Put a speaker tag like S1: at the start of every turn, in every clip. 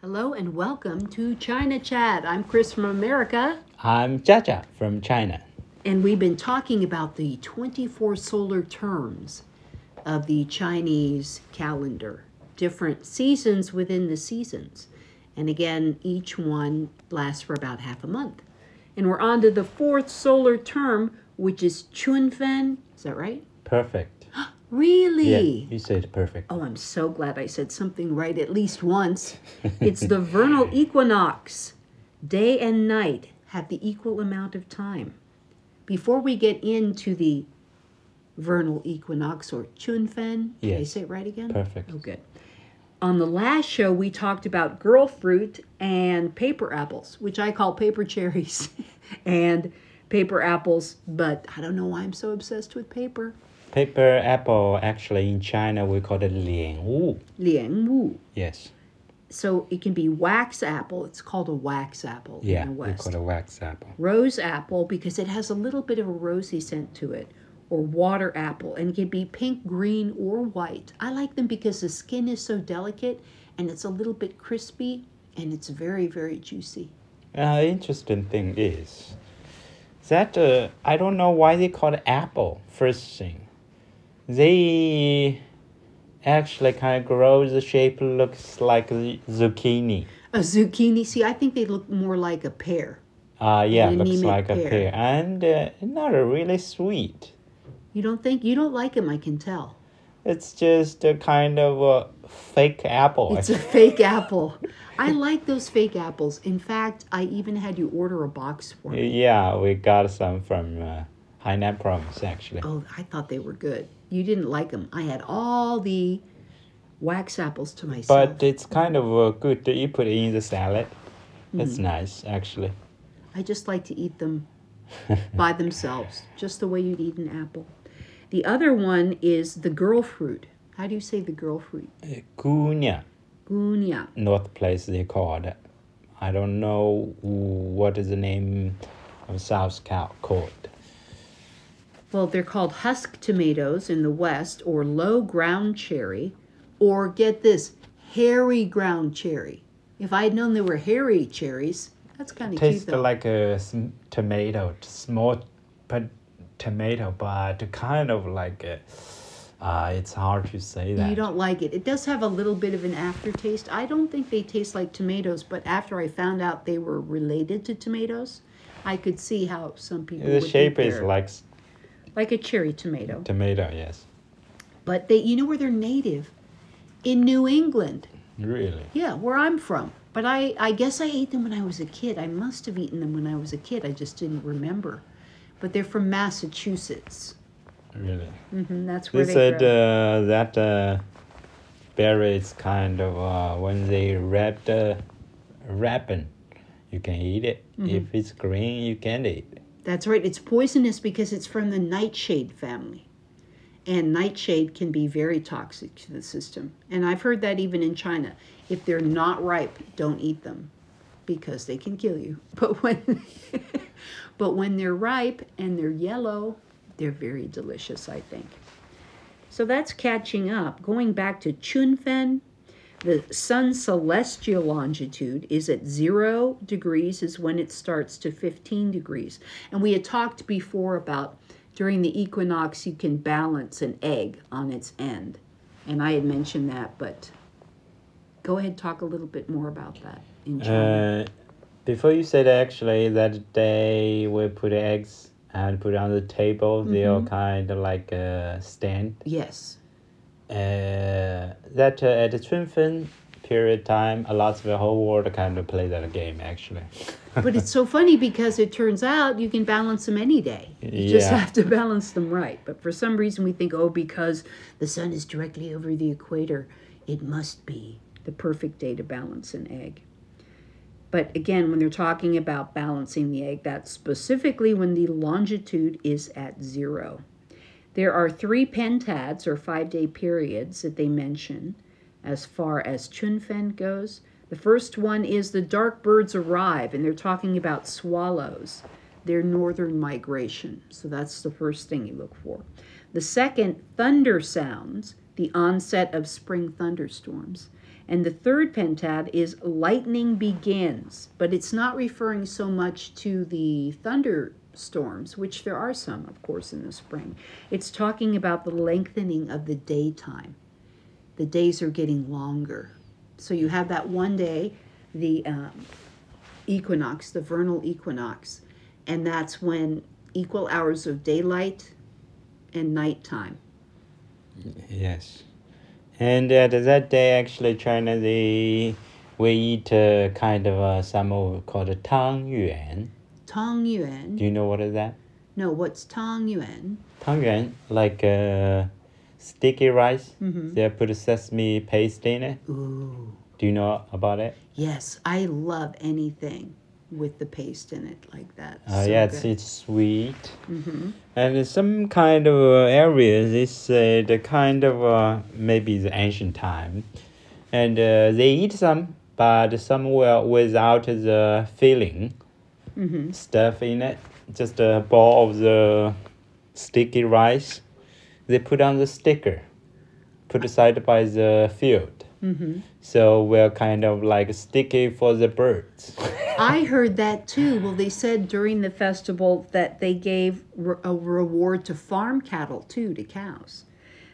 S1: Hello and welcome to China Chat. I'm Chris from America,
S2: I'm Jaja from China.
S1: and we've been talking about the 24 solar terms of the Chinese calendar, different seasons within the seasons. And again, each one lasts for about half a month. And we're on to the fourth solar term, which is Chunfen. Is that right?
S2: Perfect. Yeah,
S1: Really?
S2: you said perfect.
S1: Oh, I'm so glad I said something right at least once. It's the vernal equinox. Day and night have the equal amount of time. Before we get into the vernal equinox or chunfen, did I
S2: Yes.
S1: say it right again?
S2: Perfect.
S1: Oh, good. On the last show, we talked about girl fruit and paper apples, which I call paper cherries and paper apples, but I don't know why I'm so obsessed with paper.
S2: Paper apple, actually in China we call it lian wu.
S1: Lian Wu.
S2: Yes.
S1: So it can be wax apple. It's called a wax apple
S2: Yeah,
S1: in the
S2: we
S1: West.
S2: call it wax apple.
S1: Rose apple because it has a little bit of a rosy scent to it, or water apple, and can be pink, green, or white. I like them because the skin is so delicate and it's a little bit crispy and it's very, very juicy.
S2: Uh, interesting thing is that uh, I don't know why they call it apple first thing. They actually kind of grow the shape looks like z- zucchini.
S1: A zucchini. See, I think they look more like a pear.
S2: Uh, yeah,
S1: An
S2: looks
S1: anemic
S2: like a
S1: pear.
S2: pear and uh, not really sweet.
S1: You don't think? You don't like them, I can tell.
S2: It's just a kind of a fake apple.
S1: It's a fake apple. I like those fake apples. In fact, I even had you order a box for me.
S2: yeah, we got some from uh, Hainan province actually.
S1: Oh, I thought they were good. You didn't like them. I had all the wax apples to myself.
S2: But it's kind of uh, good that you put it in the salad. It's
S1: Hmm.
S2: nice actually.
S1: I just like to eat them by themselves, just the way you'd eat an apple. The other one is the girl fruit. How do you say the girl fruit?
S2: Gunya,
S1: Gunya.
S2: North place they called it. I don't know what is the name of South Cow called.
S1: Well, they're called husk tomatoes in the West, or low ground cherry, or get this, hairy ground cherry. If I had known there were hairy cherries, that's kind of cute
S2: Tastes
S1: though.
S2: like a sm- tomato, small pot- tomato, but kind of like a, uh, it's hard to say that.
S1: You don't like it. It does have a little bit of an aftertaste. I don't think they taste like tomatoes, but after I found out they were related to tomatoes, I could see how some people
S2: The
S1: would eat
S2: shape is
S1: their-
S2: like s-
S1: like a cherry tomato.
S2: tomato, yes.
S1: But they, you know where they're native? In New England.
S2: Really?
S1: Yeah, where I'm from. But I, I guess I ate them when I was a kid. I must have eaten them when I was a kid. I just didn't remember. But they're from Massachusetts.
S2: Really.
S1: hmm that's where
S2: They
S1: they,
S2: said
S1: grow.
S2: uh, that uh, berry is kind of uh, when they wrap the wrapping, you can eat it. If it's green, you can't eat. it.
S1: That's right. It's poisonous because it's from the nightshade family. And nightshade can be very toxic to the system. And I've heard that even in China. If they're not ripe, don't eat them because they can kill you. But when but when they're ripe and they're yellow, they're very delicious, I think. So that's catching up. Going back to Chunfen, the sun's celestial longitude is at zero degrees, is when it starts to 15 degrees. And we had talked before about during the equinox, you can balance an egg on its end. And I had mentioned that, but go ahead, talk a little bit more about that in China.
S2: Uh, before you said actually that they will put eggs and put on the table. They'll kind of like uh, stand.
S1: yes.
S2: Uh, that uh, at the Chunfen period time, a lot of the whole world kind of play that game actually.
S1: but it's so funny because it turns out you can balance them any day. You just
S2: Yeah.
S1: have to balance them right. But for some reason, we think, oh, because the sun is directly over the equator, it must be the perfect day to balance an egg. But again, when they're talking about balancing the egg, that's specifically when the longitude is at zero. There are three pentads or five day periods that they mention as far as Chunfen goes. The first one is the dark birds arrive, and they're talking about swallows, their northern migration. So that's the first thing you look for. The second, thunder sounds, the onset of spring thunderstorms. And the third pentad is lightning begins, but it's not referring so much to the thunderstorms, which there are some, of course, in the spring. It's talking about the lengthening of the daytime. The days are getting longer. So you have that one day, the um, equinox, the vernal equinox, and that's when equal hours of daylight and nighttime.
S2: Yes. And at that day, actually, China, they we eat uh, kind of a summer called a tang yuan.
S1: Tong Yuan.
S2: Do you know what is that?
S1: No, what's Tong Yuan?
S2: Tang yuan, like uh, sticky rice.
S1: Mm-hmm.
S2: They put sesame paste in it.
S1: Ooh.
S2: Do you know about it?
S1: Yes, I love anything with the paste in it like that.
S2: Uh,
S1: So
S2: yeah, it's,
S1: good. Mm-hmm.
S2: it's sweet. And in some kind of uh, areas, it's uh, the kind of uh, maybe the ancient time. And uh, they eat some, but some were without the filling
S1: Mm-hmm.
S2: stuff in it. Just a ball of the sticky rice. They put on the sticker, put aside by the field.
S1: Mm-hmm.
S2: So we're kind of like sticky for the birds.
S1: I heard that too. Well, they said during the festival that they gave re- a reward to farm cattle too, to cows.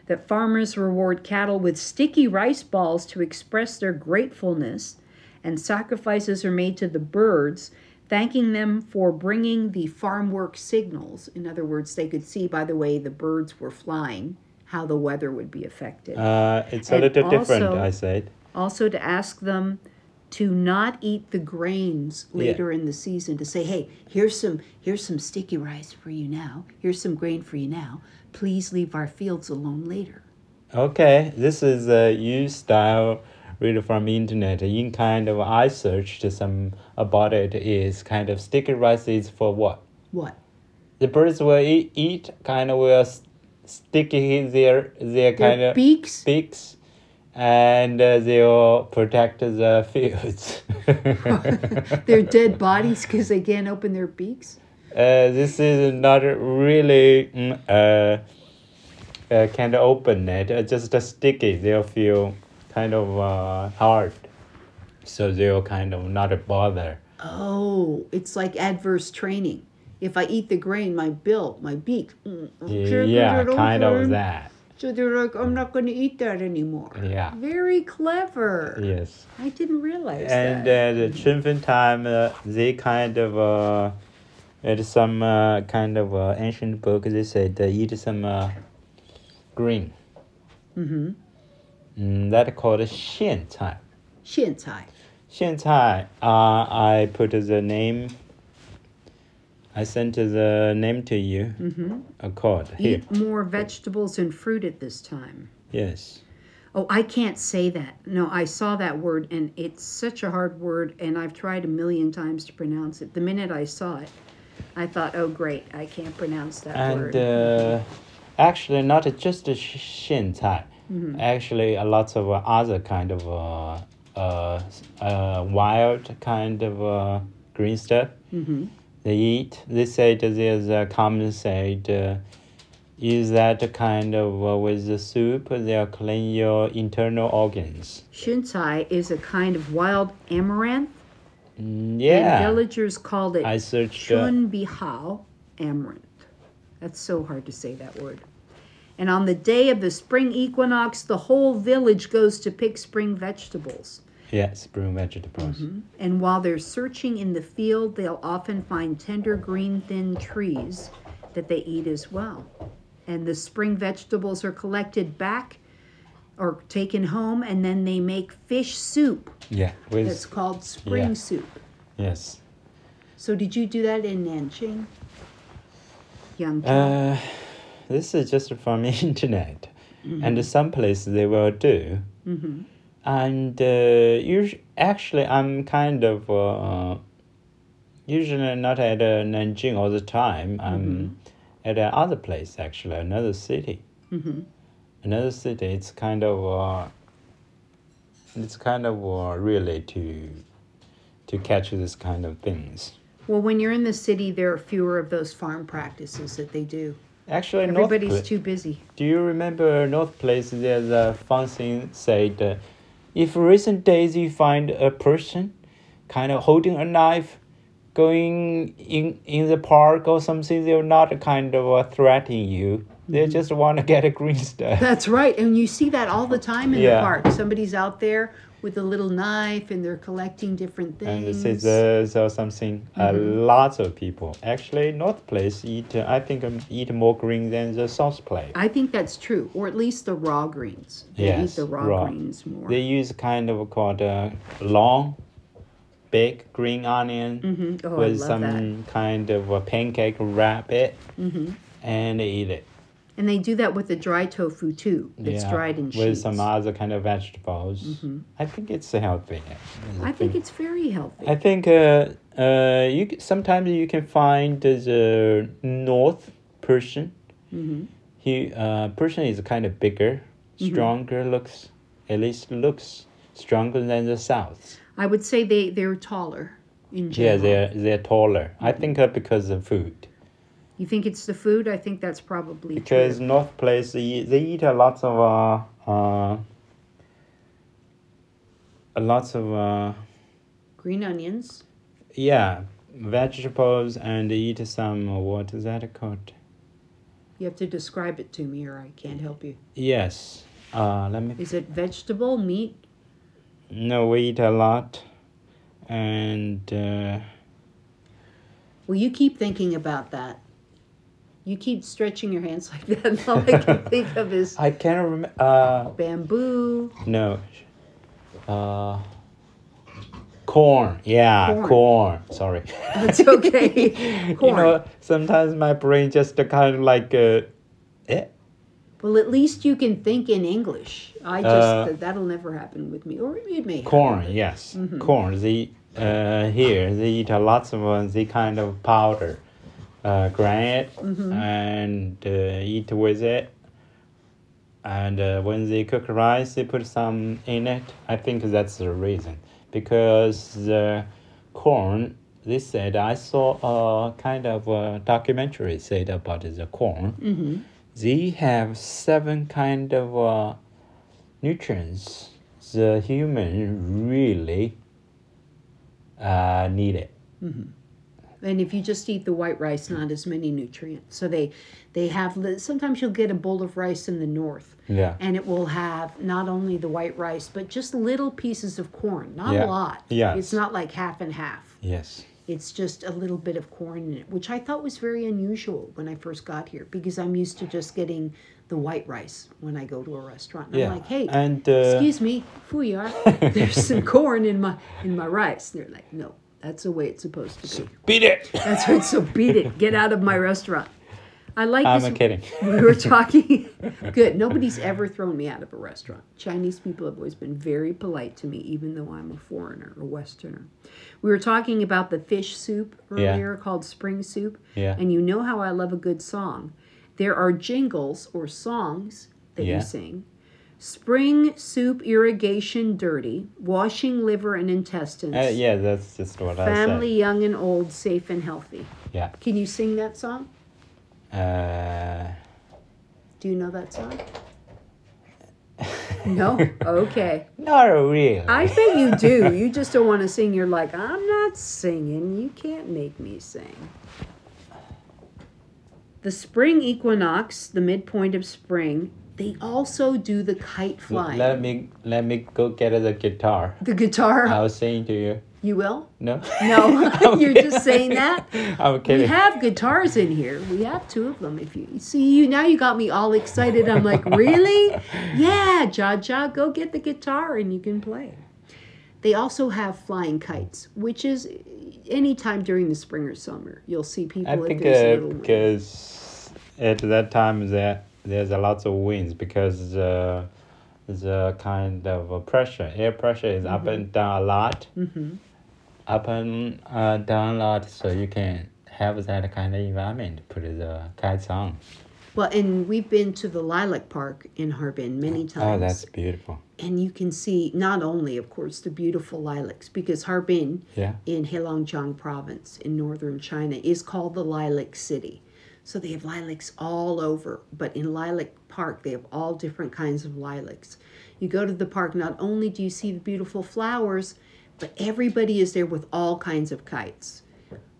S1: That farmers reward cattle with sticky rice balls to express their gratefulness, and sacrifices are made to the birds, thanking them for bringing the farm work signals. In other words, they could see by the way the birds were flying how the weather would be affected.
S2: Uh, it's a
S1: And
S2: little different,
S1: also-
S2: I said.
S1: also to ask them to not eat the grains later in the season to say hey here's some here's some sticky rice for you now here's some grain for you now please leave our fields alone later
S2: Okay, this is a you style read from internet. In kind of I searched some about it is kind of sticky rice is for what?
S1: what
S2: The birds will eat, eat kind of will s- sticky their their kind
S1: their
S2: of
S1: beaks
S2: beaks, and uh, they'll protect the fields.
S1: their dead bodies because they can't open their beaks
S2: Uh, this is not really mm, uh, uh, can't open it. It's uh, just sticky. They'll feel kind of uh, hard, so they'll kind of not bother.
S1: oh it's like adverse training if i eat the grain my bill my beak mm,
S2: Yeah, kind of that.
S1: so they're like i'm not going to eat that anymore
S2: Yeah.
S1: very clever
S2: Yes.
S1: i didn't realize
S2: And
S1: that.
S2: uh, the Chunfen time, uh, they kind of uh, at some uh, kind of uh, ancient book. They said they eat some uh, green. Mm-hmm. Mm, that called Xian time.
S1: 现在
S2: 现在, uh, I put the name. I sent the name to you. Mm-hmm. A code here.
S1: eat more vegetables and fruit at this time.
S2: Yes.
S1: Oh, I can't say that. No, I saw that word and it's such a hard word and I've tried a million times to pronounce it. The minute I saw it, I thought, "Oh great, I can't pronounce that
S2: And
S1: word."
S2: uh, actually, not just the sh- 现在. Actually, a lot of uh, other kind of uh, uh, s- uh, wild kind of uh, green stuff.
S1: mm-hmm.
S2: they eat. They say that there's a common said, uh, use that kind of uh, with the soup, they'll clean your internal organs.
S1: Shintai is a kind of wild amaranth
S2: Mm,
S1: and
S2: Yeah,
S1: villagers called it
S2: I searched. Uh,
S1: Chun Bihao Amaranth. That's so hard to say that word. And on the day of the spring equinox, the whole village goes to pick spring vegetables.
S2: yeah, spring vegetables.
S1: And while they're searching in the field, they'll often find tender green thin trees that they eat as well. And the spring vegetables are collected back or taken home, and then they make fish soup
S2: Yeah, with
S1: that's called spring
S2: Yeah.
S1: soup.
S2: yes.
S1: So, did you do that in Nanjing? Yangcheng.
S2: Uh, this is just from internet, and some places they will do. And uh, usually, actually, I'm kind of uh, usually not at uh, Nanjing all the time. I'm at another place actually, another city. Another city. It's kind of uh, it's kind of uh, really to to catch this kind of things.
S1: Well, when you're in the city, there are fewer of those farm practices that they do.
S2: Actually, North
S1: Everybody's
S2: Pla-
S1: too busy.
S2: Do you remember North Place? There's a fun thing said, uh, If recent days you find a person kind of holding a knife going in in the park or something, they're not kind of uh, threatening you. They just want to get a green stuff.
S1: That's right. And you see that all the time in
S2: Yeah.
S1: the park. Somebody's out there with a little knife and they're collecting different
S2: And uh,
S1: things.
S2: scissors or something. Uh, lots of people. Actually, North Place eat, uh, I think, um, eat more green than the South Place.
S1: I think that's true, or at least the raw greens. They
S2: Yes,
S1: eat the raw,
S2: raw.
S1: greens more.
S2: They use kind of called uh, long, big green onion
S1: Mhm. Oh, I
S2: with
S1: love
S2: some kind of a pancake wrap it
S1: Mm-hmm.
S2: and they eat it.
S1: and they do that with the dry tofu too. It's
S2: Yeah,
S1: dried in
S2: with
S1: sheets. Mm-hmm.
S2: some other kind of vegetables. I think it's healthy.
S1: I think it's very healthy.
S2: I think uh, uh, you c- sometimes you can find the North Persian.
S1: Mm-hmm.
S2: He uh, Persian is kind of bigger, stronger looks, at least looks stronger than the South.
S1: I would say they they're taller in
S2: Yeah,
S1: general.
S2: they're they're taller. I
S1: Mm-hmm.
S2: think uh, because of food.
S1: You think it's the food? I think that's probably
S2: Because
S1: true.
S2: North Place they eat, they eat a lot of uh, uh a lot of uh
S1: green onions.
S2: yeah vegetables and they eat some uh, what is that called?
S1: You have to describe it to me, or I can't help you.
S2: Yes. Uh, let me.
S1: Is it vegetable, meat?
S2: No, we eat a lot, and uh,
S1: Well, you keep thinking about that. You keep stretching your hands like that. and All I can think of is
S2: I can't remember. Uh,
S1: bamboo.
S2: no. Uh, corn. Yeah,
S1: Corn.
S2: corn. Sorry.
S1: It's okay. Corn.
S2: You know, sometimes my brain just kind of like, uh, eh?
S1: well, at least you can think in English. I just
S2: Uh,
S1: that'll never happen with me, Mm-hmm. or it may.
S2: corn. Yes, corn. They uh, here they eat a lots of uh, the kind of powder, uh, grind it
S1: Mm-hmm.
S2: and uh, eat with it. And uh, when they cook rice, they put some in it. I think that's the reason because the corn. They said I saw a kind of a documentary said about the corn.
S1: Mm-hmm.
S2: They have seven kind of uh, nutrients the human really uh, need it.
S1: And if you just eat the white rice, not as many nutrients. So they, they have. li- Sometimes you'll get a bowl of rice in the north,
S2: Yeah.
S1: and it will have not only the white rice, but just little pieces of corn. Not
S2: Yeah.
S1: a lot.
S2: Yes.
S1: It's not like half and half.
S2: Yes.
S1: It's just a little bit of corn in it, which I thought was very unusual when I first got here because I'm used to just getting the white rice when I go to a restaurant. And
S2: Yeah.
S1: I'm like, hey,
S2: and uh,
S1: excuse me, fuyar, there's some corn in my in my rice. And they're like, no, that's the way it's supposed to be.
S2: beat it.
S1: That's right. So beat it. Get out of my restaurant. I like
S2: I'm
S1: this.
S2: kidding.
S1: We were talking. Good. Nobody's ever thrown me out of a restaurant. Chinese people have always been very polite to me, even though I'm a foreigner or Westerner. We were talking about the fish soup
S2: Yeah.
S1: earlier called spring soup.
S2: Yeah.
S1: And you know how I love a good song. There are jingles or songs that
S2: Yeah.
S1: you sing. Spring soup irrigation dirty, washing liver and intestines.
S2: Uh, yeah, that's just what
S1: Family young and old, safe and healthy.
S2: I said.
S1: Can you sing that song?
S2: Yeah. Uh,
S1: Do you know that song? No? Okay.
S2: not really.
S1: I bet you do. You just don't want to sing. You're like, I'm not singing. You can't make me sing. The spring equinox, the midpoint of spring, they also do the kite flying.
S2: Let me let me go get the guitar.
S1: the guitar.
S2: I'll sing to you.
S1: you will?
S2: No.
S1: No.
S2: I'm
S1: You're
S2: kidding.
S1: just saying that?
S2: I'm
S1: We
S2: kidding.
S1: have guitars in here. We have two of them. If you see you now, you got me all excited. I'm like, really? Yeah, Ja Ja, go get the guitar and you can play. They also have flying kites, which is anytime during the spring or summer, you'll see people.
S2: I
S1: if
S2: think
S1: there's a
S2: uh,
S1: little wind.
S2: because at that time there there's a lot of winds because the the kind of uh, pressure air pressure is up
S1: Mm-hmm.
S2: and down a lot,
S1: Mhm.
S2: up and uh, down a lot, so you can have that kind of environment. Put uh, the kites on.
S1: Well, and we've been to the Lilac Park in Harbin many
S2: Oh,
S1: times.
S2: that's beautiful.
S1: and you can see not only, of course, the beautiful lilacs, because Harbin
S2: Yeah.
S1: in Heilongjiang province in northern China is called the Lilac City. So they have lilacs all over, but in Lilac Park, they have all different kinds of lilacs. You go to the park, not only do you see the beautiful flowers, but everybody is there with all kinds of kites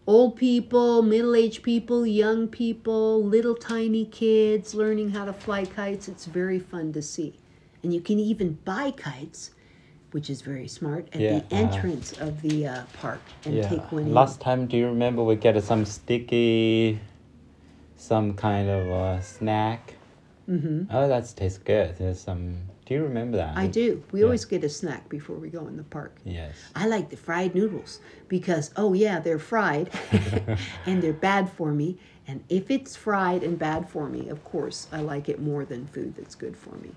S1: old people, middle aged people, young people, little tiny kids learning how to fly kites. It's very fun to see. And you can even buy kites, which is very smart, at
S2: Yeah,
S1: the
S2: uh,
S1: entrance of the uh, park and
S2: Yeah.
S1: take one in.
S2: Last time, do you remember we get some sticky, some kind of uh, snack? Mm-hmm. Oh, that tastes good. There's some. Do you remember that?
S1: I do. We
S2: Yeah.
S1: always get a snack before we go in the park.
S2: Yes.
S1: I like the fried noodles because, oh yeah, they're fried and they're bad for me. And if it's fried and bad for me, of course, I like it more than food that's good for me.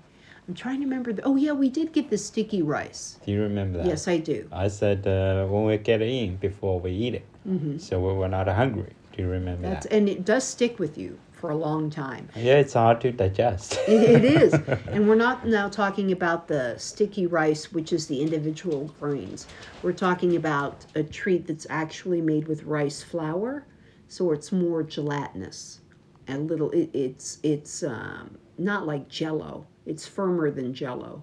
S1: I'm trying to remember. The, oh yeah, we did get the sticky rice.
S2: Do you remember that?
S1: Yes, I do.
S2: I said uh, when we get in before we eat it, mm-hmm. so we were not hungry. Do you remember
S1: That's
S2: that?
S1: and it does stick with you for a long time.
S2: Yeah, it's hard to digest.
S1: It, it is. and we're not now talking about the sticky rice, which is the individual grains. We're talking about a treat that's actually made with rice flour, so it's more gelatinous. A little, it, it's it's um, not like Jello. It's firmer than Jello,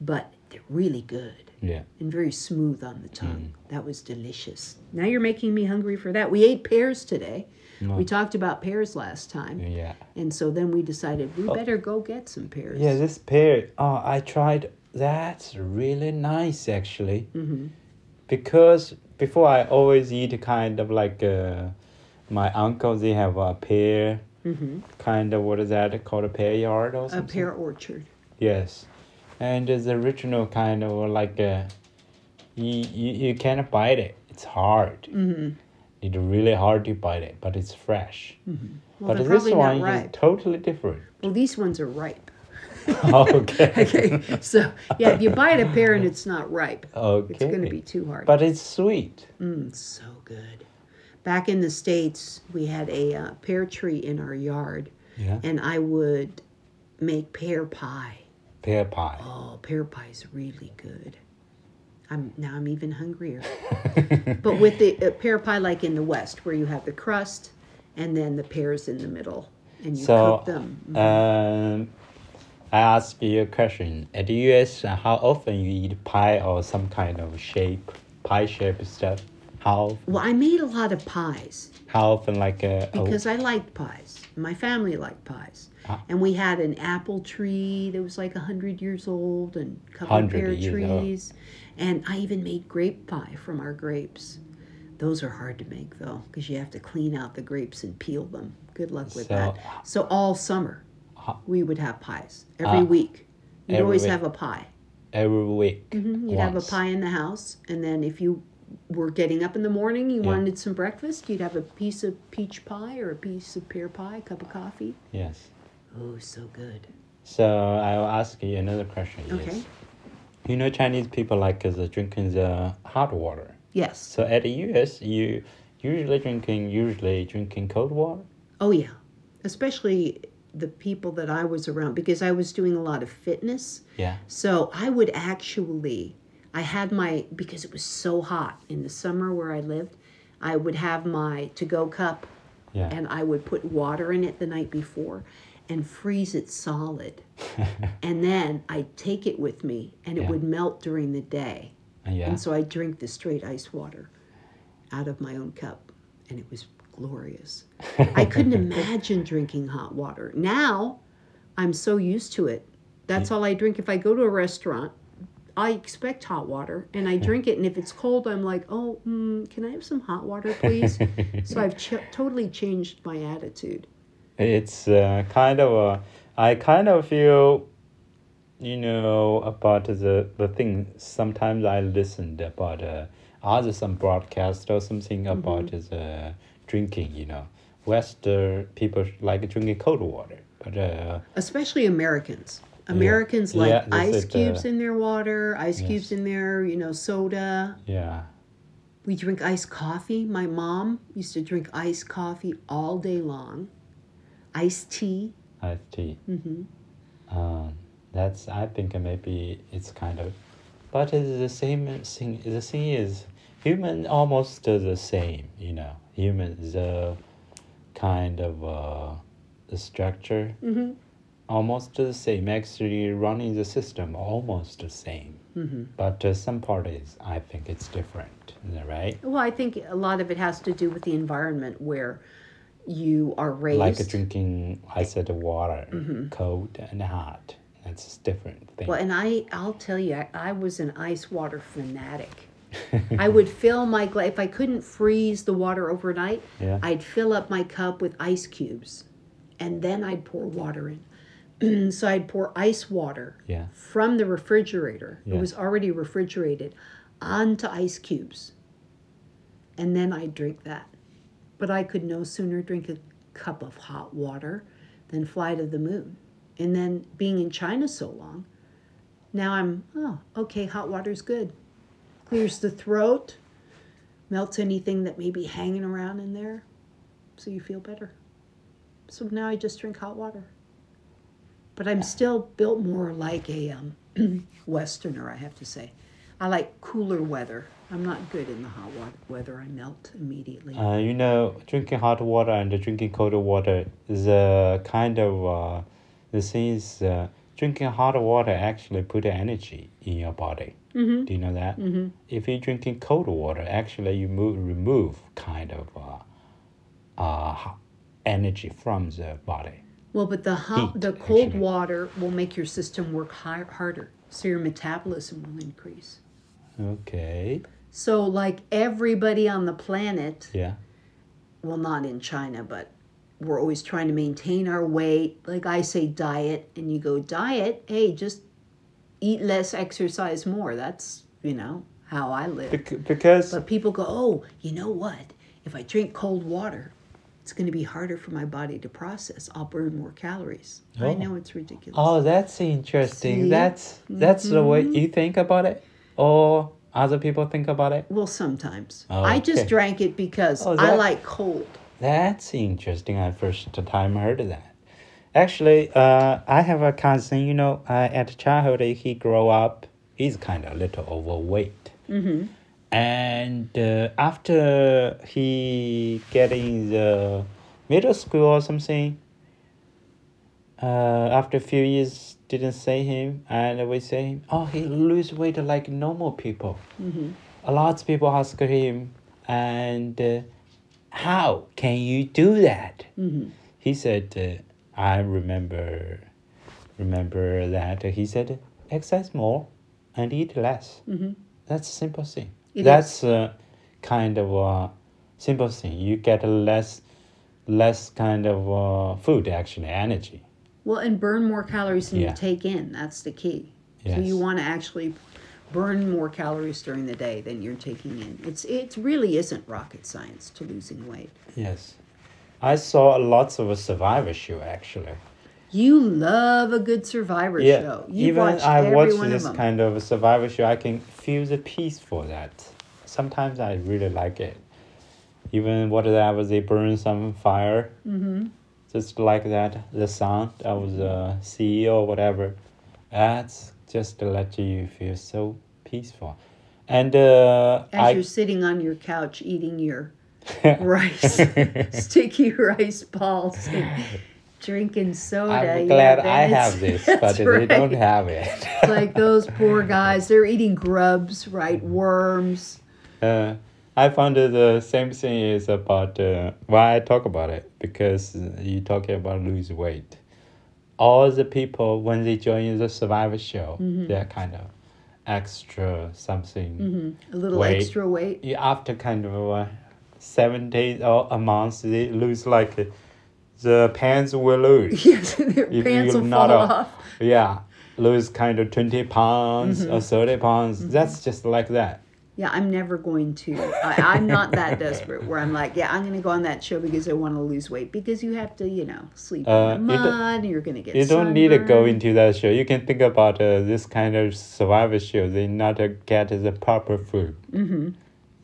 S1: but they're really good
S2: yeah.
S1: and very smooth on the tongue. That was delicious. Now you're making me hungry for that. We ate pears today. We talked about pears last time.
S2: Yeah.
S1: And so then we decided we better go get some pears.
S2: Oh. Yeah, this pear. Oh, I tried. That's really nice, actually.
S1: Mm.
S2: Mm-hmm. Because before I always eat kind of like uh, my uncle. They have a pear. Kind of what is that called? A pear yard
S1: Mm-hmm.
S2: or
S1: a
S2: something.
S1: pear orchard.
S2: Yes, and the original kind of like a, you, you you cannot bite it. It's hard. Mm-hmm. It's really hard to bite it, but it's fresh. Mm-hmm.
S1: Well,
S2: but
S1: they're
S2: this
S1: probably not
S2: one is
S1: ripe.
S2: totally different.
S1: Well, these ones are ripe.
S2: okay.
S1: Okay, so yeah, if you bite a pear and it's not ripe,
S2: Okay.
S1: it's going to be too hard.
S2: But it's sweet.
S1: Mm, so good. Back in the States, we had a uh, pear tree in our yard,
S2: Yeah.
S1: and I would make pear pie.
S2: Pear pie.
S1: Oh, pear pie is really good. I'm now I'm even hungrier. but with the uh, pear pie, like in the West, where you have the crust and then the pears in the middle, and you
S2: so,
S1: cook them.
S2: um, I ask you a question. At the U.S., uh, how often you eat pie or some kind of shape, pie shape stuff? How
S1: Well, I made a lot of pies
S2: how often like uh, a, a
S1: because I liked pies. My family liked pies,
S2: Ah.
S1: and we had an apple tree that was like hundred years old, and a couple of
S2: 100
S1: pear
S2: years oh. old.
S1: trees, and I even made grape pie from our grapes. Those are hard to make though, because you have to clean out the grapes and peel them. Good luck with
S2: So- ah.
S1: that. So all summer, we would have pies every week. You'd
S2: every
S1: always
S2: week.
S1: have a pie.
S2: every week.
S1: Mhm, You'd have a
S2: once.
S1: pie in the house, and then if you were getting up in the morning, you wanted some breakfast, you'd have a piece of peach pie or a piece of pear pie, a cup of coffee.
S2: Yes.
S1: Oh, so good.
S2: So I'll ask you another question.
S1: Okay.
S2: Yes. You know Chinese people like uh, the drinking the hot water.
S1: Yes.
S2: So at the US you usually drinking usually drinking cold water.
S1: Oh, yeah. Especially the people that I was around because I was doing a lot of fitness.
S2: Yeah.
S1: So I would actually, I had my, because it was so hot in the summer where I lived, I would have my to go cup
S2: Yeah.
S1: and I would put water in it the night before and freeze it solid. and then I'd take it with me and it
S2: Yeah.
S1: would melt during the day.
S2: yeah.
S1: And so I drink the straight ice water out of my own cup, and it was glorious. I couldn't imagine drinking hot water. Now I'm so used to it. That's all I drink. If I go to a restaurant, I expect hot water and I drink it. And if it's cold, I'm like, oh, mm, can I have some hot water, please? so I've ch- totally changed my attitude.
S2: It's uh, kind of a I kind of feel you know about the the thing sometimes I listened about uh, other some broadcast or something about the drinking, you know. Western people like drinking cold water. But uh,
S1: especially Americans. Americans
S2: Yeah,
S1: like
S2: they
S1: ice
S2: said,
S1: cubes
S2: uh,
S1: in their water, ice cubes in their, you know, soda.
S2: yeah.
S1: We drink iced coffee. My mom used to drink iced coffee all day long. Iced tea.
S2: iced tea. Mm-hmm. Um, that's I think maybe it's kind of, but it's the same thing. The thing is, human almost do the same. You know,
S1: Mm-hmm.
S2: human the kind of uh, the structure. almost the same. Actually, running the system almost the same. But uh, some part is, I think it's different. Is that right?
S1: Well, I think a lot of it has to do with the environment where you are raised.
S2: Like drinking, I said, water, cold and hot. That's different thing.
S1: Well, and I, I'll tell you, I, I was an ice water fanatic. I would fill my glass, if I couldn't freeze the water overnight,
S2: Yeah.
S1: I'd fill up my cup with ice cubes and then I'd pour water in. so I'd pour ice water
S2: Yeah.
S1: from the refrigerator,
S2: Yeah.
S1: it was already refrigerated, onto ice cubes. And then I'd drink that. But I could no sooner drink a cup of hot water than fly to the moon. And then being in China so long, now I'm, oh, okay, hot water's good. Clears the throat, melts anything that may be hanging around in there, so you feel better. So now I just drink hot water. But I'm still built more like a um, Westerner, I have to say. I like cooler weather. I'm not good in the hot wa- weather. I melt immediately.
S2: Uh, you know, drinking hot water and drinking cold water is a kind of uh, the thing is uh, drinking hot water actually put energy in your body. Do you know that? Mm-hmm. If you're drinking cold water, actually you move, remove kind of uh, uh, ho- energy from the body.
S1: Well, but the hot,
S2: Heat,
S1: the cold
S2: actually.
S1: water will make your system work hi- harder, so your metabolism will increase.
S2: Okay.
S1: So, like everybody on the planet,
S2: Yeah.
S1: well, not in China, but we're always trying to maintain our weight. Like I say, diet, and you go diet. Hey, just eat less, exercise more. That's you know how I live.
S2: Bec- because
S1: But people go, oh, you know what? If I drink cold water, it's going to be harder for my body to process. I'll burn more calories. I
S2: Oh.
S1: know it's ridiculous.
S2: Oh, that's interesting.
S1: See?
S2: That's that's the way you think about it, or other people think about it.
S1: Well, sometimes.
S2: Oh,
S1: I just
S2: okay.
S1: drank it because
S2: Oh,
S1: I
S2: that-
S1: like cold.
S2: That's interesting. I first time heard that. Actually, uh, I have a cousin. You know, uh, at childhood he grow up. He's kind of a little overweight. Mm-hmm. And uh, after he get in the middle school or something, uh, after a few years, didn't see him, and we say him, oh, he lose weight like normal people. Mm-hmm. A lot of people ask him, and uh, how can you do that? Mm-hmm. He said, uh, I remember, remember that he said, exercise more, and eat less. Mm-hmm. That's a simple thing.
S1: It
S2: That's uh, kind of a simple thing. You get less, less kind of uh, food actually, energy.
S1: Well, and burn more calories than
S2: Yeah.
S1: you take in. That's the key. So
S2: Yes.
S1: you want to actually burn more calories during the day than you're taking in. It's it really isn't rocket science to losing weight.
S2: Yes. I saw lots of a survivor show actually.
S1: You love a good survivor
S2: Yeah.
S1: show. You
S2: Even
S1: watched
S2: I
S1: every
S2: watch
S1: one
S2: this
S1: of them.
S2: kind of a survivor show, I can feel the peace for that. Sometimes I really like it. Even whatever they burn some fire. Mm-hmm. Just like that, the sound of the sea or whatever. That's just to let you feel so peaceful. And uh
S1: As
S2: I
S1: you're sitting on your couch eating your rice, sticky rice balls, and drinking soda.
S2: I'm
S1: yeah,
S2: glad I
S1: that's-
S2: have this, but
S1: that's
S2: they don't
S1: right.
S2: have it.
S1: like those poor guys they're eating grubs right worms
S2: Uh, I found that the same thing is about uh, why I talk about it because you talking about lose weight. All the people when they join the survivor show, they're kind of extra something.
S1: a little
S2: Weight.
S1: extra weight
S2: You- After kind of uh, seven days or a month, they lose like uh, the pants will lose.
S1: yes and their
S2: If
S1: pants
S2: you're
S1: will
S2: not
S1: fall
S2: a-
S1: off
S2: yeah, lose kind of twenty pounds or thirty pounds. That's just like that.
S1: yeah i'm never going to I, i'm not that desperate where i'm like yeah i'm going to go on that show because i want to lose weight because you have to you know sleep
S2: Uh,
S1: in the
S2: you don't-
S1: mud and you're going to get
S2: You don't need to go
S1: sunburned.
S2: into that show. You can think about uh, this kind of survivor show. They not uh, get the proper food. Mm-hmm.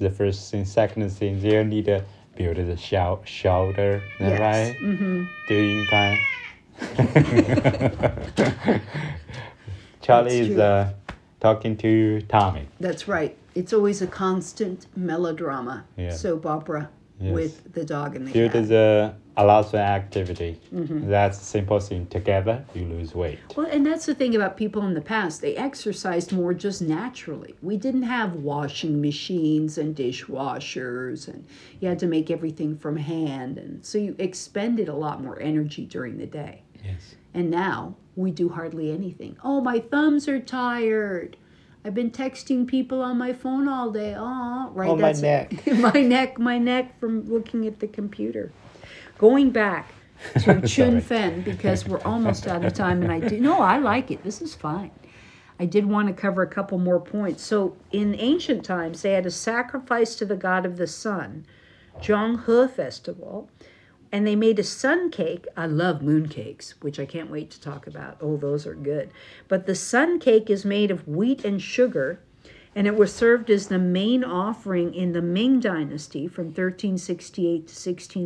S2: The first thing, second thing, they need to build the shel- shelter, is that
S1: Yes.
S2: right? Mm-hmm. Doing kind. Charlie
S1: That's
S2: is
S1: true.
S2: uh, talking to Tommy.
S1: that's right it's always a constant melodrama
S2: Yeah.
S1: soap opera
S2: Yes.
S1: with the dog and the
S2: Due to
S1: cat.
S2: the a lot of activity,
S1: Mm-hmm.
S2: that's a simple thing. Together, you lose weight.
S1: Well, and that's the thing about people in the past. They exercised more just naturally. We didn't have washing machines and dishwashers, and you had to make everything from hand. And so you expended a lot more energy during the day.
S2: Yes.
S1: And now we do hardly anything. Oh, my thumbs are tired. I've been texting people on my phone all day. Oh, right.
S2: Oh, my
S1: that's-
S2: neck.
S1: my neck, my neck from looking at the computer. Going back to Chun
S2: Sorry.
S1: Fen because we're almost out of time, and I do no, I like it. This is fine. I did want to cover a couple more points. So in ancient times, they had a sacrifice to the god of the sun, Zhonghe festival, and they made a sun cake. I love moon cakes, which I can't wait to talk about. Oh, those are good. But the sun cake is made of wheat and sugar, and it was served as the main offering in the Ming Dynasty from 1368 to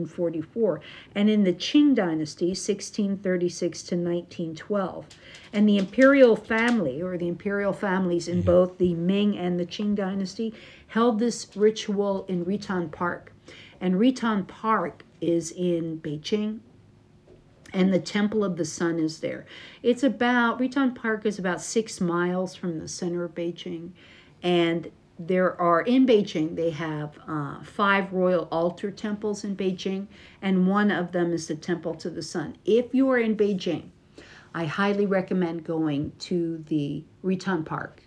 S1: 1644, and in the Qing Dynasty, 1636 to 1912. And the imperial family, or the imperial families in both the Ming and the Qing Dynasty, held this ritual in Riton Park. And Riton Park is in Beijing, and the Temple of the Sun is there. It's about Riton Park is about six miles from the center of Beijing, and there are in Beijing they have uh, five royal altar temples in Beijing, and one of them is the Temple to the Sun. If you are in Beijing, I highly recommend going to the Riton Park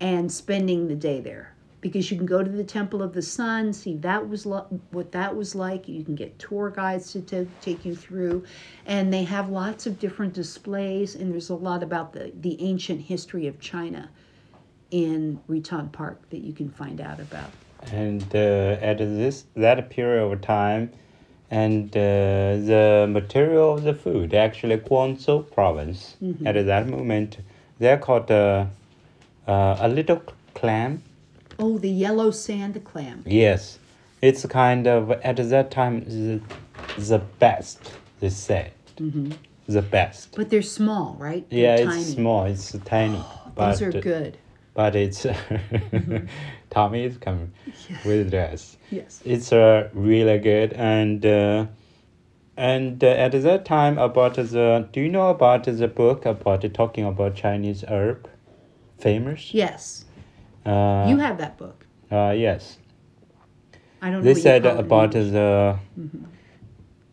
S1: and spending the day there because you can go to the temple of the sun see that was lo- what that was like you can get tour guides to ta- take you through and they have lots of different displays and there's a lot about the, the ancient history of china in Riton park that you can find out about
S2: and uh, at this that period of time and uh, the material of the food actually guangzhou province
S1: Mm-hmm.
S2: at that moment they're called uh, uh, a little clam
S1: oh the yellow sand clam
S2: yes it's kind of at that time the, the best they said
S1: Mm-hmm.
S2: the best
S1: but they're small right
S2: yeah
S1: they're
S2: it's small it's tiny
S1: those are good Mm-hmm.
S2: but it's Tommy is coming with us.
S1: Yes.
S2: it's uh, really good and uh, and uh, at that time about the do you know about the book about talking about Chinese herb, famous?
S1: yes
S2: Uh,
S1: you have that book
S2: uh, yes.
S1: i don't know
S2: They
S1: what you Mm-hmm.
S2: said
S1: call it in
S2: about
S1: English.
S2: the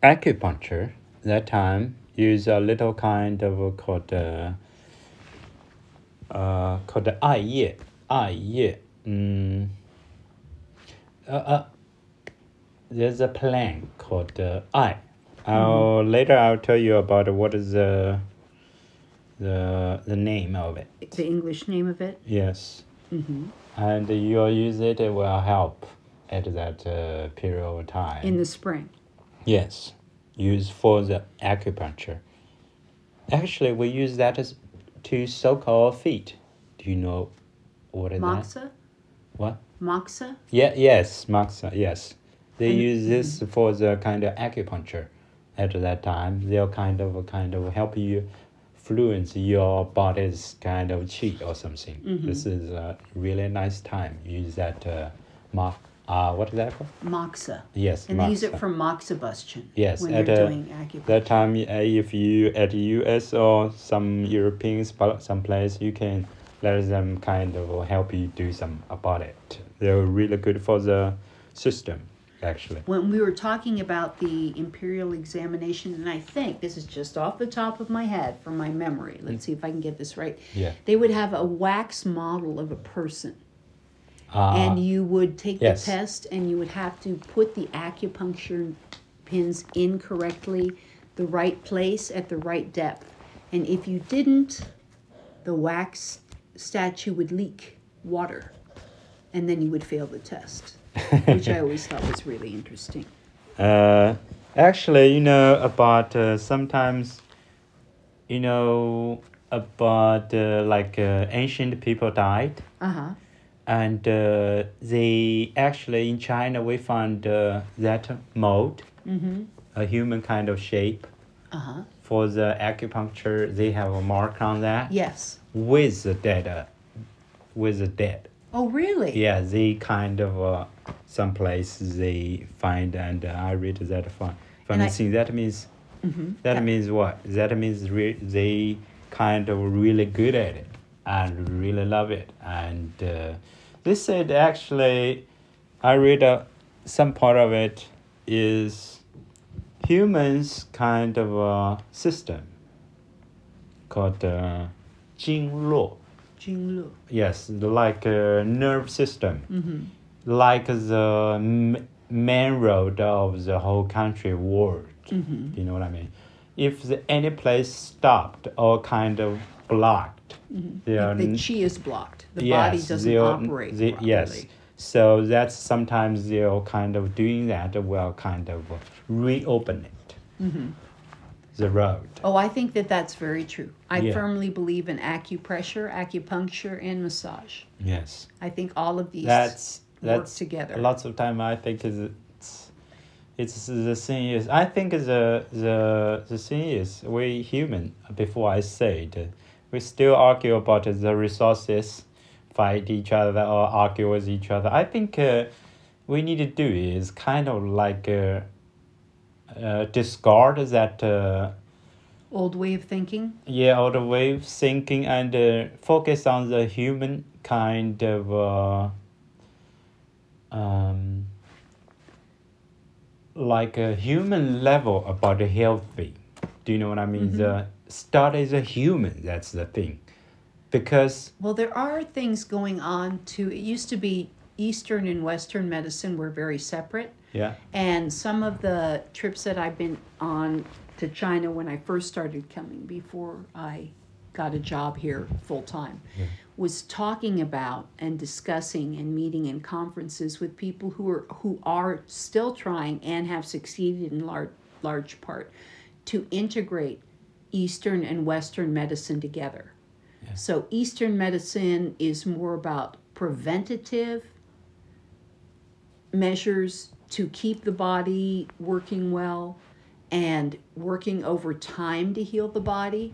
S2: acupuncture that time use a little kind of called uh, uh called the 艾叶,艾叶, um, uh, uh, there's a plant called uh, ai. I'll
S1: Mm-hmm.
S2: later I'll tell you about what is the the the name of it.
S1: the english name of it
S2: Yes.
S1: Mm-hmm.
S2: And you'll use it, it will help at that uh, period of time.
S1: in the spring
S2: yes, used for the acupuncture. Actually, we use that as to soak our feet. Do you know what is that?
S1: moxa
S2: What?
S1: moxa
S2: Yeah, yes, moxa, yes. They
S1: And- mm-hmm.
S2: use this for the kind of acupuncture at that time. They'll kind of kind of help you fluence your body's kind of qi or something.
S1: Mm-hmm.
S2: This is a really nice time. Use that uh, mock uh what is that called?
S1: moxa
S2: Yes,
S1: And they use it
S2: moxa.
S1: for moxibustion.
S2: Yes,
S1: when
S2: at,
S1: they're
S2: uh,
S1: doing acupuncture.
S2: that time uh, if you at US or some European spot some place you can let them kind of help you do some about it. They're really good for the system actually.
S1: when we were talking about the imperial examination, and I think this is just off the top of my head from my memory. Let's see if I can get this right.
S2: Mm. Yeah.
S1: They would have a wax model of a person,
S2: Uh,
S1: and you would take
S2: yes.
S1: the test, and you would have to put the acupuncture pins in correctly, the right place at the right depth, and if you didn't, the wax statue would leak water, and then you would fail the test, which I always thought was really interesting.
S2: uh, actually, you know about uh, sometimes, you know about uh, like uh, ancient people died,
S1: Uh huh.
S2: and uh, they actually in China we found uh, that mold, a human kind of shape.
S1: Uh huh.
S2: For the acupuncture, they have a mark on that
S1: Yes.
S2: with the dead, uh, with the dead.
S1: Oh, really?
S2: Yeah, they kind of uh, someplace they find and uh, I read that find
S1: And I- Mm-hmm.
S2: fancy. That means that means what? That means re- they kind of really good at it and really love it. And uh, they said actually, I read uh, some part of it is humans kind of a system called uh, Jingluo.
S1: Jinglu.
S2: Yes, like a nerve system
S1: Mm-hmm.
S2: like the m- main road of the whole country world.
S1: Mm-hmm.
S2: You know what I mean? If the, any place stopped or kind of blocked,
S1: Mm-hmm.
S2: they are
S1: the
S2: n-
S1: chi is blocked. The body
S2: yes,
S1: doesn't
S2: they'll-
S1: operate
S2: they-
S1: properly.
S2: yes. So that's sometimes they'll kind of doing that will kind of reopen it.
S1: Mm-hmm.
S2: The road.
S1: Oh, I think that that's very true. I
S2: Yeah.
S1: firmly believe in acupressure, acupuncture, and massage.
S2: Yes.
S1: I think all of these
S2: that's
S1: work
S2: that's
S1: together.
S2: Lots of time, I think is it's, it's the thing is I think the the the thing is we human. Before I said, we still argue about the resources, fight each other or argue with each other. I think uh, we need to do is kind of like uh, uh, discard that. Uh,
S1: Old way of thinking.
S2: yeah, all the way thinking and uh, focus on the human kind of uh, um, like a human level about the healthy. Do you know what I mean? The start as a human. That's the thing, because
S1: Well, there are things going on too. It used to be Eastern and Western medicine were very separate.
S2: yeah,
S1: And some of the trips that I've been on to China when I first started coming before I got a job here full time was talking about and discussing and meeting in conferences with people who are who are still trying and have succeeded in large large part to integrate eastern and western medicine together. So eastern medicine is more about preventative measures to keep the body working well and working over time to heal the body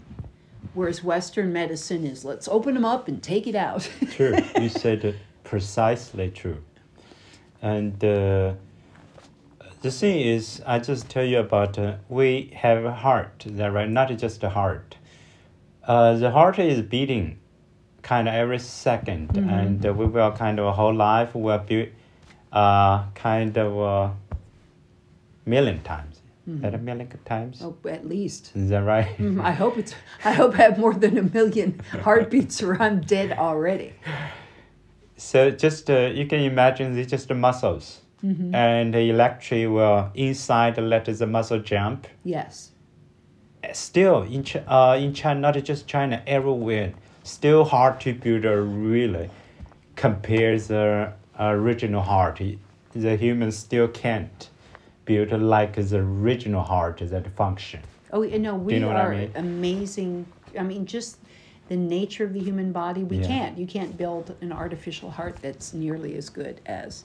S1: whereas western medicine is let's open them up and take it out
S2: true. you said it precisely true, and. Uh, the thing is, I just tell you about uh, we have a heart, is that right? Not just a heart. Uh, the heart is beating, kind of every 2nd and uh, we will kind of whole life will be, uh, kind of uh, million times. Is that a million times?
S1: oh, at least
S2: Is that right?
S1: Mm, i hope it's i hope i have more than a million heartbeats or i'm dead already
S2: So just uh, you can imagine it's just the muscles, and the electric will inside let the muscle jump.
S1: yes
S2: still in Ch- uh in China, not just China, everywhere, still hard to build a really compare the original heart. The humans still can't build like the original heart that function.
S1: oh you know we
S2: know what I
S1: are
S2: mean?
S1: amazing i mean just the nature of the human body we
S2: Yeah.
S1: can't you can't build an artificial heart that's nearly as good as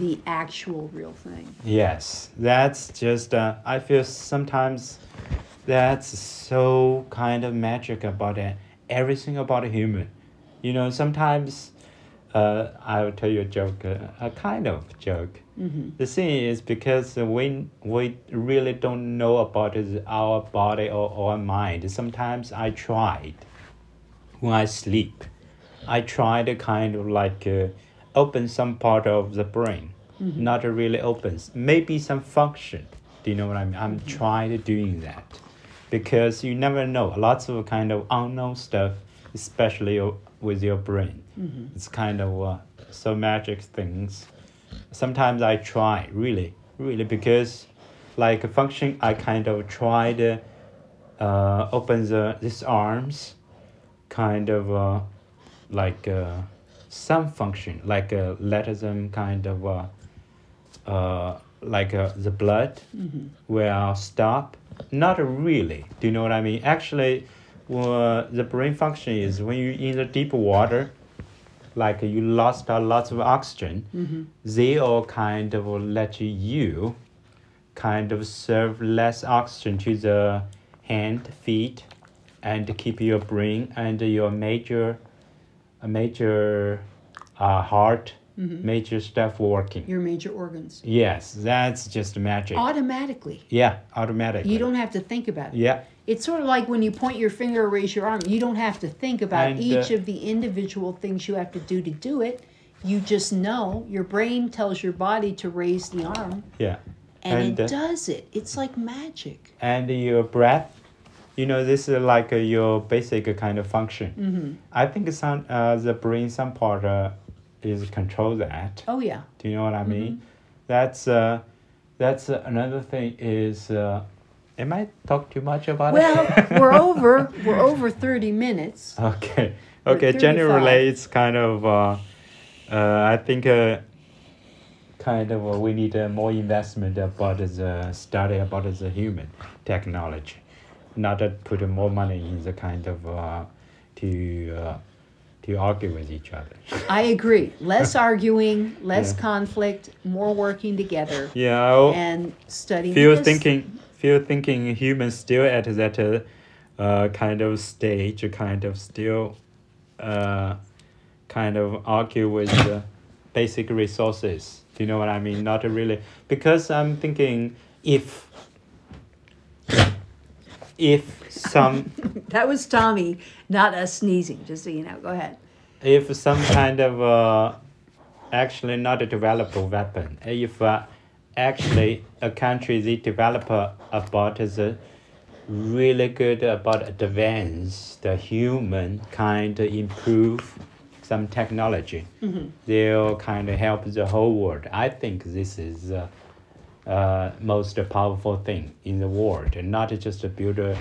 S1: the actual real thing
S2: Yes, that's just. Uh, I feel sometimes that's so kind of magic about it. Everything about a human, you know. Sometimes, uh, I will tell you a joke, uh, a kind of joke. Mm-hmm. The thing is because we we really don't know about is our body or our mind. Sometimes I tried when I sleep, I try to kind of like uh, open some part of the brain, not really opens, maybe some function. Do you know what I mean? I'm trying to doing that because you never know. Lots of kind of unknown stuff, especially o- with your brain.
S1: Mm-hmm.
S2: It's kind of uh, so magic things. Sometimes I try really, really because like a function, I kind of try to uh, open the these arms kind of uh, like uh, some function, like uh, let them kind of uh, uh, like uh, the blood will stop. Not really. Do you know what I mean? Actually, uh, the brain function is when you in the deep water, like you lost a lots of oxygen, they all kind of let you kind of serve less oxygen to the hand, feet, and keep your brain and your major, major, uh, heart major stuff working.
S1: your major organs
S2: Yes, that's just magic.
S1: automatically.
S2: yeah, automatically.
S1: You don't have to think about it.
S2: Yeah,
S1: It's sort of like when you point your finger or raise your arm. You don't have to think about
S2: And,
S1: each
S2: uh,
S1: of the individual things you have to do to do it. You just know your brain tells your body to raise the arm,
S2: yeah.
S1: and,
S2: And,
S1: it
S2: uh,
S1: does it. It's like magic.
S2: and your breath. You know, this is like uh, your basic kind of function.
S1: Mm.
S2: Mm-hmm. I think some uh, the brain some part uh, is control that.
S1: Oh yeah,
S2: Do you know what I mean?
S1: Mm-hmm.
S2: That's uh, that's uh, another thing is. Uh, am I talk too much about
S1: Well,
S2: it?
S1: we're over. We're over thirty minutes.
S2: okay,
S1: We're
S2: okay.
S1: 35.
S2: Generally, it's kind of. Uh, uh, I think. Uh, kind of uh, we need uh, more investment about the study about the human technology, not to put more money in the kind of uh, to uh, to argue with each other.
S1: I agree. Less arguing, less conflict, more working together,
S2: Yeah. I'll-
S1: and studying.
S2: Feel
S1: this.
S2: thinking, feel thinking humans still at that uh, uh, kind of stage, kind of still uh, kind of argue with the basic resources. Do you know what I mean? Not really. Because I'm thinking if if some
S1: That was Tommy, not us sneezing. Just so you know. Go ahead.
S2: if some kind of uh, actually not a developer weapon if uh, actually a country they develop uh, about is uh, really good about advance the human kind of improve some technology they'll kind of help the whole world i think this is uh, uh, most powerful thing in the world and not just to build a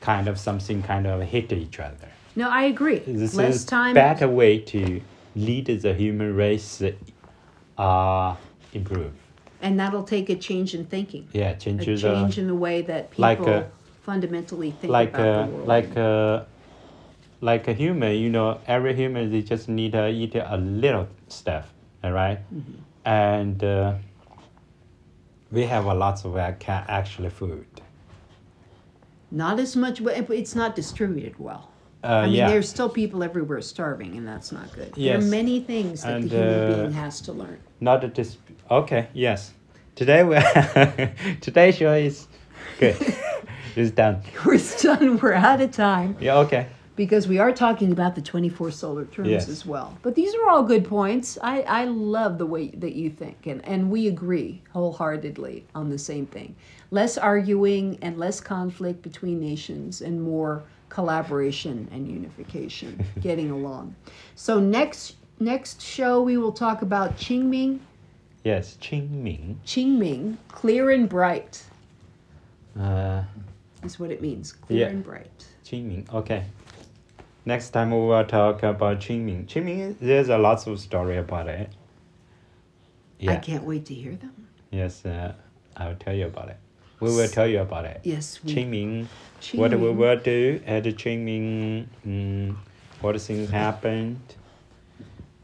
S2: kind of something kind of hit each other
S1: No, I agree.
S2: this
S1: less
S2: is
S1: time.
S2: better way to lead the human race uh improve
S1: and that'll take a change in thinking
S2: yeah
S1: a
S2: change the
S1: change in the way that people
S2: uh, Like a-
S1: fundamentally think
S2: like
S1: about
S2: a
S1: the world
S2: like a like a human you know every human they just need to eat a little stuff all right?
S1: Mm-hmm.
S2: and uh, we have a lots of ac- actually food
S1: not as much but it's not distributed well
S2: uh,
S1: i mean
S2: yeah
S1: there's still people everywhere starving and that's not good
S2: Yes.
S1: there are many things that
S2: And,
S1: the human
S2: uh,
S1: being has to learn
S2: not a dis- okay yes today we today show is good it's done
S1: we're done we're out of time
S2: yeah okay
S1: because we are talking about the 24 solar terms
S2: Yes.
S1: as well but these are all good points i, I love the way that you think and, and we agree wholeheartedly on the same thing less arguing and less conflict between nations and more collaboration and unification getting along so next next show we will talk about qingming
S2: Yes, Qingming.
S1: qingming clear and bright
S2: Uh,
S1: is what it means clear
S2: Yeah.
S1: and bright
S2: Qingming. Okay. Next time we will talk about Qingming. Qingming, there's a lots of story about it.
S1: i
S2: Yeah.
S1: can't wait to hear them
S2: Yes, uh, I will tell you about it. We will tell you about it.
S1: yes we
S2: Qingming. What we
S1: Qingming.
S2: will do at Qingming. Mm, what things happened.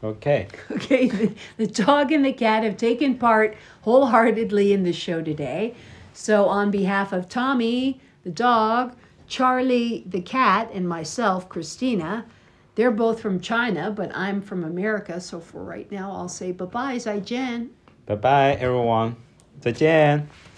S2: Okay.
S1: Okay, the, the dog and the cat have taken part wholeheartedly in the show today. So, on behalf of Tommy, the dog, Charlie, the cat, and myself, Christina, they're both from China, but I'm from America. So, for right now, I'll say bye bye, Zai Jen.
S2: Bye bye, everyone. 再见.